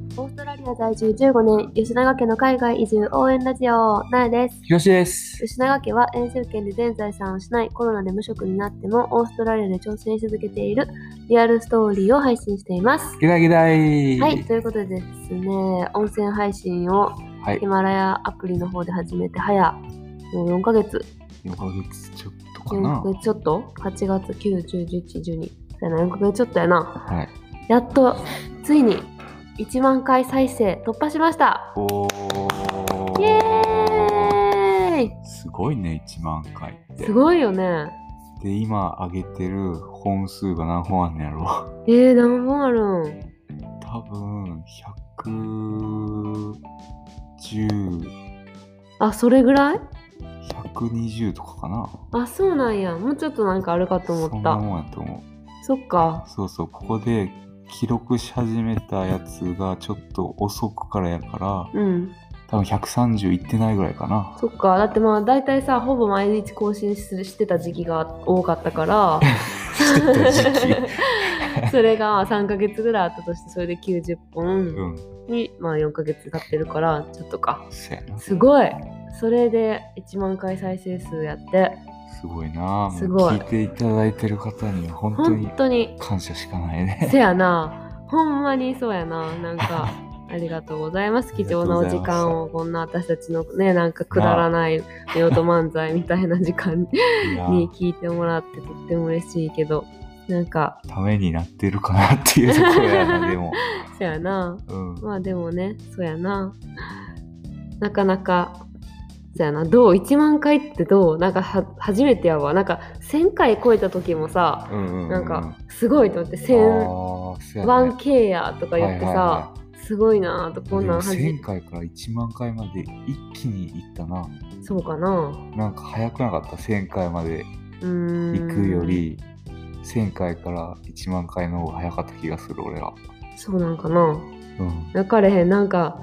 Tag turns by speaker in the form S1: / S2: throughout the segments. S1: 谷在住15年、吉永家の海外移住応援ラジオ、なえです。
S2: よしです。
S1: 吉永家は遠州圏で全財産を失い、コロナで無職になっても、オーストラリアで挑戦し続けているリアルストーリーを配信しています。
S2: ゲダゲダイ。
S1: はい、ということでですね、温泉配信を
S2: はい
S1: ヒ。マラヤアプリの方で始めて、早もう4ヶ月、
S2: 4ヶ月ちょっとかな
S1: 4。ヶ月ちょっと ?8 月、9、10、11、12。そうやな、4ヶ月ちょっとやな。
S2: はい。
S1: やっと、ついに1万回再生突破しました
S2: お
S1: イエーイ
S2: すごいね、1万回って。
S1: すごいよね。
S2: で、今上げてる本数が何本あんねやろ。
S1: えー、何本あるん
S2: 多分、110、
S1: あ、それぐらい
S2: 120とかかな。
S1: あ、そうなんや。もうちょっとなんかあるかと
S2: そ
S1: 思っ
S2: んな
S1: た。
S2: もんやと思う。
S1: そっか。
S2: そうそう、ここで記録し始めたやつがちょっと遅くからやから、
S1: うん。
S2: 多分130いってないぐらいかな。
S1: そっか。だってまあ大体さ、ほぼ毎日更新するしてた時期が多かったから、
S2: してた時期
S1: それが3ヶ月ぐらいあったとして、それで90
S2: う
S1: 本
S2: ん、
S1: に、まあ4ヶ月経ってるから、ちょっとか。
S2: そやな。
S1: すごい。それで1万回再生数やって、
S2: すごいな。もう
S1: すごい
S2: 聞いていただいてる方には本当に
S1: 本当に、
S2: 感謝しかない ね。
S1: せやな。ほんまにそうやな。なん か。ありがとうございます。貴重なお時間をこんな私たちのね、なんかくだらない夫婦漫才 みたいな時間
S2: いや
S1: に聞いてもらってとっても嬉しいけど、なんか、
S2: ためになってるかなっていうところやな、 でも。
S1: そやな。
S2: うん、
S1: まあでもね、そやな。なかなか、そやな。どう ?1 万回ってどうなんかは初めてやわ。なんか1000回超えた時もさ、
S2: うんうんうん、
S1: なんかすごいと思って、1000、
S2: あー、そやね
S1: 1K やとか言ってさ、
S2: はいは
S1: すごいなぁと、こん
S2: で
S1: なん
S2: も
S1: はじ
S2: 1000回から1万回まで一気にいったな。
S1: そうかな。
S2: なんか早くなかった、1000回まで
S1: うーん
S2: 行くより1000回から1万回の方が早かった気がする俺は、
S1: そうなんかな
S2: うん、
S1: 分かれへんなんか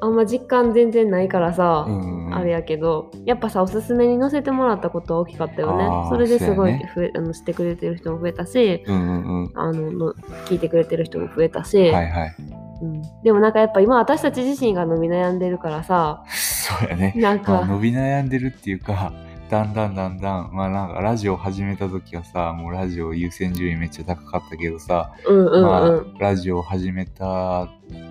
S1: あんま実感全然ないからさ、
S2: うんうん
S1: あれやけどやっぱさおすすめに載せてもらったことは大きかったよ
S2: あ
S1: ね
S2: ー
S1: それですごい
S2: そうやね
S1: 増え、あのしてくれてる人も増えたし
S2: うんうんうん
S1: あのの聞いてくれてる人も増えたし、
S2: はいはい
S1: うん、でもなんかやっぱ今私たち自身が伸び悩んでるからさ
S2: そうやね、
S1: なん
S2: まあ、
S1: か
S2: 伸び悩んでるっていうかだんだんだんだんまあなんかラジオ始めた時はさもうラジオ優先順位めっちゃ高かったけどさ、
S1: うんうんうん、
S2: まあ、ラジオ始めた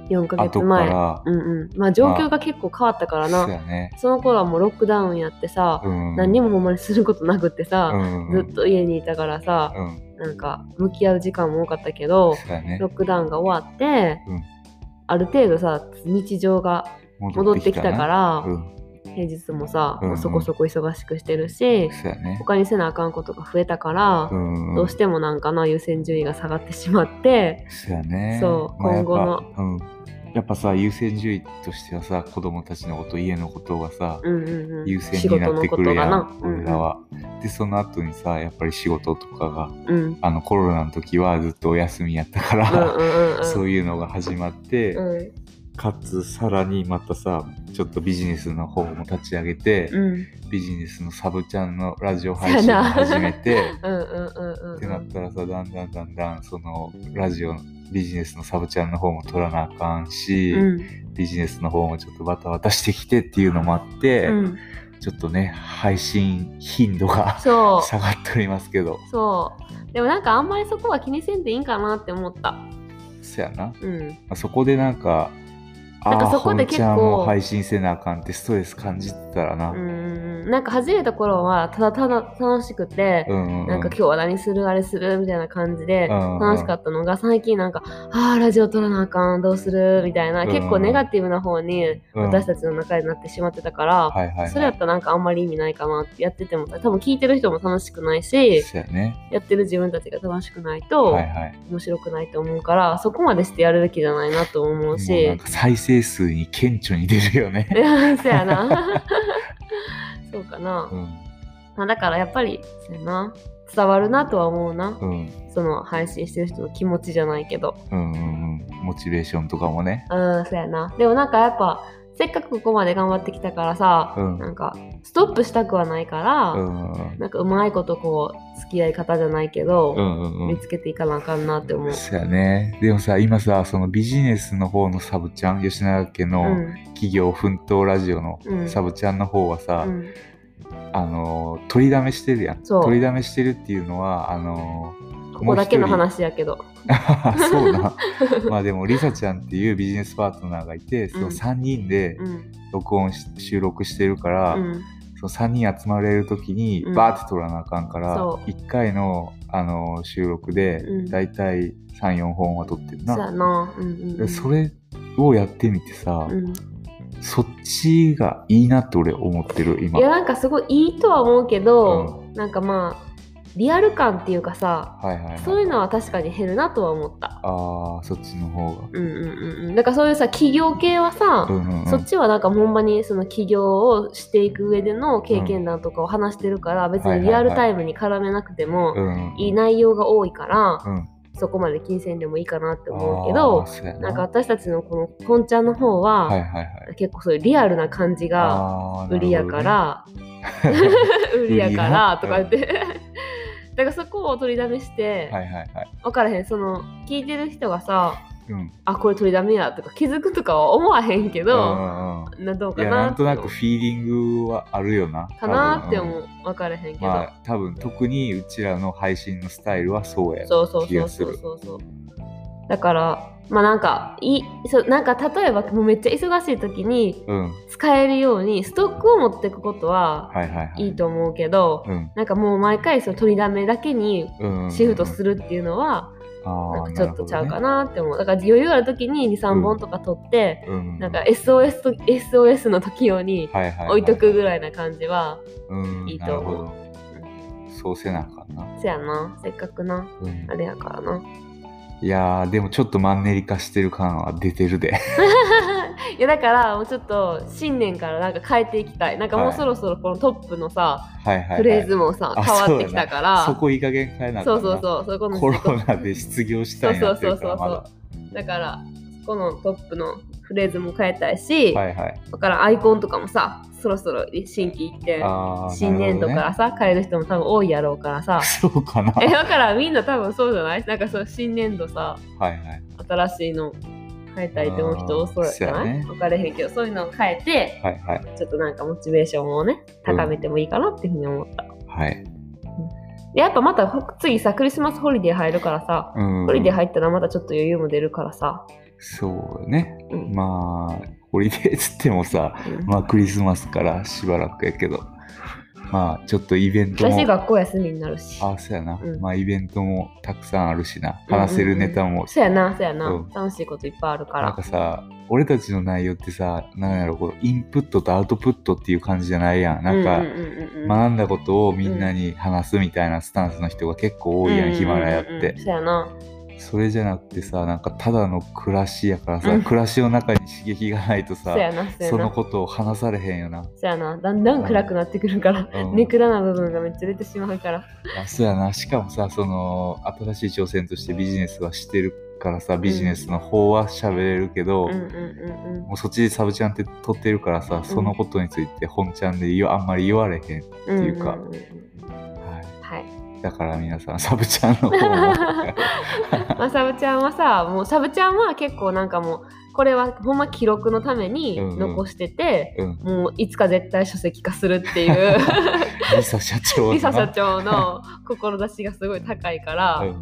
S1: 4ヶ月
S2: 後か
S1: 前
S2: ら
S1: うんうんまあ状況が結構変わったからな、
S2: そうやね
S1: その頃はもうロックダウンやってさ、
S2: うん
S1: 何にもほんまにすることなくってさ、
S2: うん
S1: ずっと家にいたからさ、
S2: うん
S1: なんか向き合う時間も多かったけど
S2: そうやね
S1: ロックダウンが終わって、
S2: うん
S1: ある程度さ日常が戻ってきたか
S2: な
S1: ら、
S2: うん
S1: 平日もさ、
S2: うんうん
S1: もうそこそこ忙しくしてるし、
S2: そうやね
S1: 他にせなあかんことが増えたから、
S2: うん
S1: どうしてもなんかな優先順位が下がってしまって
S2: そうやね。
S1: そう
S2: まあ
S1: 今後の
S2: やっぱうん。やっぱさ、優先順位としてはさ、子供たちのこと、家のことがさ、
S1: うんうんうん
S2: 優先
S1: 仕
S2: に
S1: 事
S2: なっ
S1: の
S2: て
S1: こ
S2: く
S1: と
S2: る
S1: が
S2: やん
S1: な、、うん
S2: 俺らは。で、その後にさ、やっぱり仕事とかが、
S1: うんうん
S2: あの、コロナの時はずっとお休みやったか
S1: うん
S2: ら、
S1: うんうん
S2: そういうのが始まって、
S1: うん
S2: かつさらにまたさちょっとビジネスの方も立ち上げて、
S1: うん
S2: ビジネスのサブちゃんのラジオ配信も始めて
S1: うんうんうんうん
S2: ってなったらさだんだんだんだんそのラジオビジネスのサブちゃんの方も取らなあかんし、
S1: うん
S2: ビジネスの方もちょっとバタバタしてきてっていうのもあって、
S1: うん、
S2: ちょっとね配信頻度が
S1: そう
S2: 下がっておりますけど
S1: そうでもなんかあんまりそこは気にせんでいいんかなって思った
S2: そやな、ま
S1: うん
S2: あそこでなんか
S1: なんか
S2: ああ
S1: そこで
S2: 本
S1: 結
S2: ち
S1: 構
S2: ゃんも配信せなあかんってストレス感じてたらな、
S1: う
S2: うん
S1: んなんか始めた頃はただただ楽しくて、
S2: うん
S1: なんか今日は何するあれするみたいな感じで
S2: うんうん
S1: 楽しかったのが最近なんかあーラジオ撮らなあかんどうするみたいな
S2: うん
S1: 結構ネガティブな方に
S2: うん
S1: 私たちの中になってしまってたから、
S2: はいはい、はい、
S1: それやったらなんかあんまり意味ないかなってやってても多分聞いてる人も楽しくないし
S2: そやね
S1: やってる自分たちが楽しくないと
S2: はいはい
S1: 面白くないと思うから、そこまでしてやるべきじゃないなと思うし。
S2: もうなんか再生数に顕著に出るよ ね
S1: いやそうやな そうかな
S2: う、ん
S1: まあ、だからやっぱりそうやな伝わるなとは思うな
S2: うん
S1: その配信してる人の気持ちじゃないけど
S2: うんうんうんモチベーションとかもね
S1: うんそうやなでもなんかやっぱせっかくここまで頑張ってきたからさ、
S2: うん
S1: なんかストップしたくはないから、
S2: うんうん
S1: なんかうまいことこう付き合い方じゃないけど、
S2: うんうんうん
S1: 見つけていかなあかんなって思う。
S2: そうやねでもさ今さそのビジネスの方のサブちゃん吉永家
S1: う
S2: の
S1: ん
S2: 企業奮闘ラジオの
S1: うん
S2: サブちゃんの方はさ、
S1: うん
S2: あのー取りだめしてるやん
S1: そう
S2: 取りだめしてるっていうのはあの ー
S1: ここだけの
S2: もう一
S1: 話
S2: 人
S1: やけど。
S2: そう なまあでもリサちゃんっていうビジネスパートナーがいてその3人で
S1: うん
S2: 録音し収録してるから、
S1: うん
S2: その3人集まれる時に
S1: うん
S2: バーって撮らなあかんから、
S1: そ
S2: 1回の、あのー収録で
S1: うん
S2: だいたい34本は撮ってる
S1: そうや
S2: な、
S1: な。うんうんうん、
S2: でそれをやってみてさ、
S1: うん
S2: そっちがいいなって俺思ってる今
S1: いやなんかすごいいいとは思うけど、
S2: う
S1: なんかまあリアル感っていうかさ
S2: はいはいはい
S1: そういうのは確かに減るなとは思った。
S2: ああそっちの方が
S1: うんうんうんうん。だからそういうさ企業系はさ、
S2: うんうんうん
S1: そっちはなんかほんまにその起業をしていく上での経験談とかを話してるから、別にリアルタイムに絡めなくて
S2: う
S1: も
S2: んうん
S1: いい内容が多いから、
S2: うん
S1: そこまで金銭でもいいかなって思うけど
S2: あーそうやな
S1: なんか私たちのこのこんちゃんの方は、
S2: はいはいはい
S1: 結構そういうリアルな感じが
S2: あー
S1: 売りやか、 ら、
S2: なるほどね
S1: 売りやから
S2: 売りや
S1: とか言って だからそこを取りだめして、
S2: はいはいはい、
S1: 分からへんその聞いてる人がさ
S2: うん、
S1: あこれ取りだめやとか気づくとかは思わへんけど、
S2: うんうんうん
S1: などう
S2: い
S1: か
S2: や
S1: な
S2: なんとなくフィーリングはあるよな
S1: かなって
S2: 多分
S1: 思う分からへん
S2: ん
S1: けど、
S2: まあ多分特にうちらの配信のスタイルはそうや
S1: そうそう
S2: 気
S1: そう
S2: がす
S1: そ
S2: る
S1: うそうそうだからまあなんかいそうなんか例えばもうめっちゃ忙しい時に
S2: うん
S1: 使えるようにストックを持っていくことは
S2: はいはいはい
S1: いいと思うけど、
S2: うん
S1: なんかもう毎回その取りだめだけに
S2: うんうん、
S1: シフトするっていうのは
S2: あ
S1: なん
S2: ー
S1: かちょっとちゃうか
S2: な
S1: なって思う、だから余裕ある時に
S2: う
S1: 23
S2: ん
S1: 本とか取って、
S2: るほどね、うん、
S1: なんか SOS, と SOS の時用に
S2: はいはいは
S1: 置いとくぐらいな感じは、
S2: うん
S1: いいと思う
S2: なるほどそうせなあかんな、
S1: せやなせっかくな
S2: うん
S1: あ、れやからな
S2: いやーでもちょっとマンネリ化してる感は出てるで
S1: いやだからもうちょっと新年からなんか変えていきたいなんかもうそろそろこのトップのさ、
S2: はいはい、はい、
S1: フレーズもさ
S2: あ
S1: 変わってきたから
S2: そこいい加減変えなあ
S1: そ
S2: か
S1: うん
S2: な
S1: そうそうそこの
S2: コロナで失業したいなっていうか
S1: そ
S2: ら
S1: う
S2: ま
S1: そ
S2: だ
S1: うそうだからそこのトップのフレーズも変えたいし、
S2: はいはい
S1: だからアイコンとかもさそろそろ新規行って
S2: あー
S1: 新年度か
S2: なる
S1: らさ、変える人も多分多いやろうからさ
S2: ほどねそうかな
S1: え
S2: は
S1: だからみんな多分そうじゃないなんかそう新年度さ
S2: いはい
S1: 新しいの変えたいって思う人多そうじゃな
S2: あーそうや
S1: い、
S2: ね
S1: 分かれへんけどそういうのを変えて
S2: はいはい
S1: ちょっとなんかモチベーションをね高めてもいいかなっていうふうに思った、
S2: はい
S1: やっぱまたほ次さクリスマスホリデー入るからさ
S2: うん
S1: ホリデー入ったらまたちょっと余裕も出るからさ、
S2: そうね
S1: うん
S2: まあホリデーっつってもさ
S1: うん
S2: まあクリスマスからしばらくやけどまあちょっとイベントも
S1: 私学校休みになるし
S2: あそうやな、
S1: うん
S2: まあイベントもたくさんあるしな
S1: うんうんうん
S2: 話せるネタも、
S1: そうやな、そうやな、
S2: うん
S1: 楽しいこといっぱいあるか
S2: なん
S1: ら
S2: か。さ俺たちの内容ってさなんやろこうインプットとアウトプットっていう感じじゃないやんなんか、
S1: うんうんうんうん
S2: 学んだことをみんなに話すみたいなスタンスの人が結構多いやん、ヒマラヤ
S1: う
S2: っ
S1: んうんうん
S2: て
S1: うん、そうやな。
S2: それじゃなくてさなんかただの暮らしやからさ、
S1: うん
S2: 暮らしの中に刺激がないと
S1: そう
S2: さ
S1: やな、そうや
S2: その
S1: な。そ
S2: ことを話されへんよな、
S1: うやな。だんだん暗くなってくるから、
S2: うん
S1: ネクラな部分がめっちゃ出てしまうから。
S2: あそうやなしかもさその新しい挑戦としてビジネスはしてるからさビジネスの方は喋れるけど、
S1: うんうんうんうん
S2: もうそっちでサブちゃんって撮ってるからさそのことについて本ちゃんで言わあんまり言われへん、。
S1: んん
S2: いうか
S1: んん
S2: は
S1: はい。
S2: い、だから皆さんサブちゃんの方も
S1: まあ、サブちゃんはさ、もうサブちゃんは結構なんかもう、これはほんま記録のために
S2: うんうん
S1: 残してて、
S2: うん
S1: もういつか絶対書籍化する っていう、
S2: リサ社長の
S1: リサ社長の志がすごい高いから、
S2: うん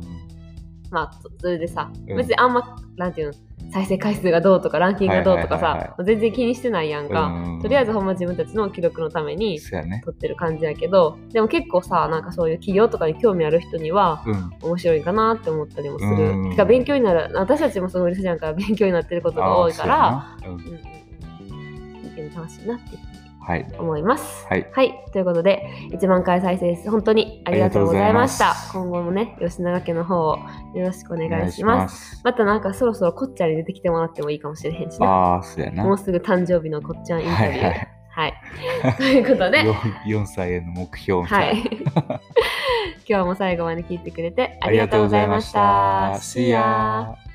S1: まあ、そそれでさ、
S2: うん
S1: 別にあんま、なんていうの、再生回数がどうとか、ランキングがどうとか
S2: はいはい
S1: さ
S2: は、
S1: 全然気にしてないやんか。
S2: うん
S1: とりあえず、ほんま自分たちの記録のために
S2: そうやね
S1: 撮ってる感じやけど、でも結構さ、なんかそういう企業とかに興味ある人には、
S2: うん
S1: 面白いかなって思ったりもす
S2: う
S1: る。
S2: ん
S1: てか、勉強になる、私たちもすごいリスじゃんから 勉強になってることが多いから、
S2: あーそうやなうん
S1: うん見てみて楽しいなって
S2: はい
S1: 思います。
S2: はい
S1: はい、ということで、1万回再生、本当にありがとうございました
S2: ありが。と
S1: 今後もね、吉永家の方をよろしくお願いします。
S2: す
S1: またなんかそろそろこっちゃんに出てきてもらってもいいかもしれへんしな。
S2: ああそうやな
S1: もうすぐ誕生日のこっちゃんインタビ
S2: は
S1: ュ
S2: い
S1: ー。
S2: はい
S1: はい。 ということで、
S2: よ4歳への目標みた
S1: はいい
S2: な。
S1: 今日も最後まで聞いてくれてあ
S2: あ
S1: り
S2: り
S1: が
S2: が
S1: とう
S2: と
S1: ご
S2: うご
S1: ざ
S2: ざ
S1: い
S2: い
S1: ま
S2: ま
S1: し
S2: したた。。
S1: See ya.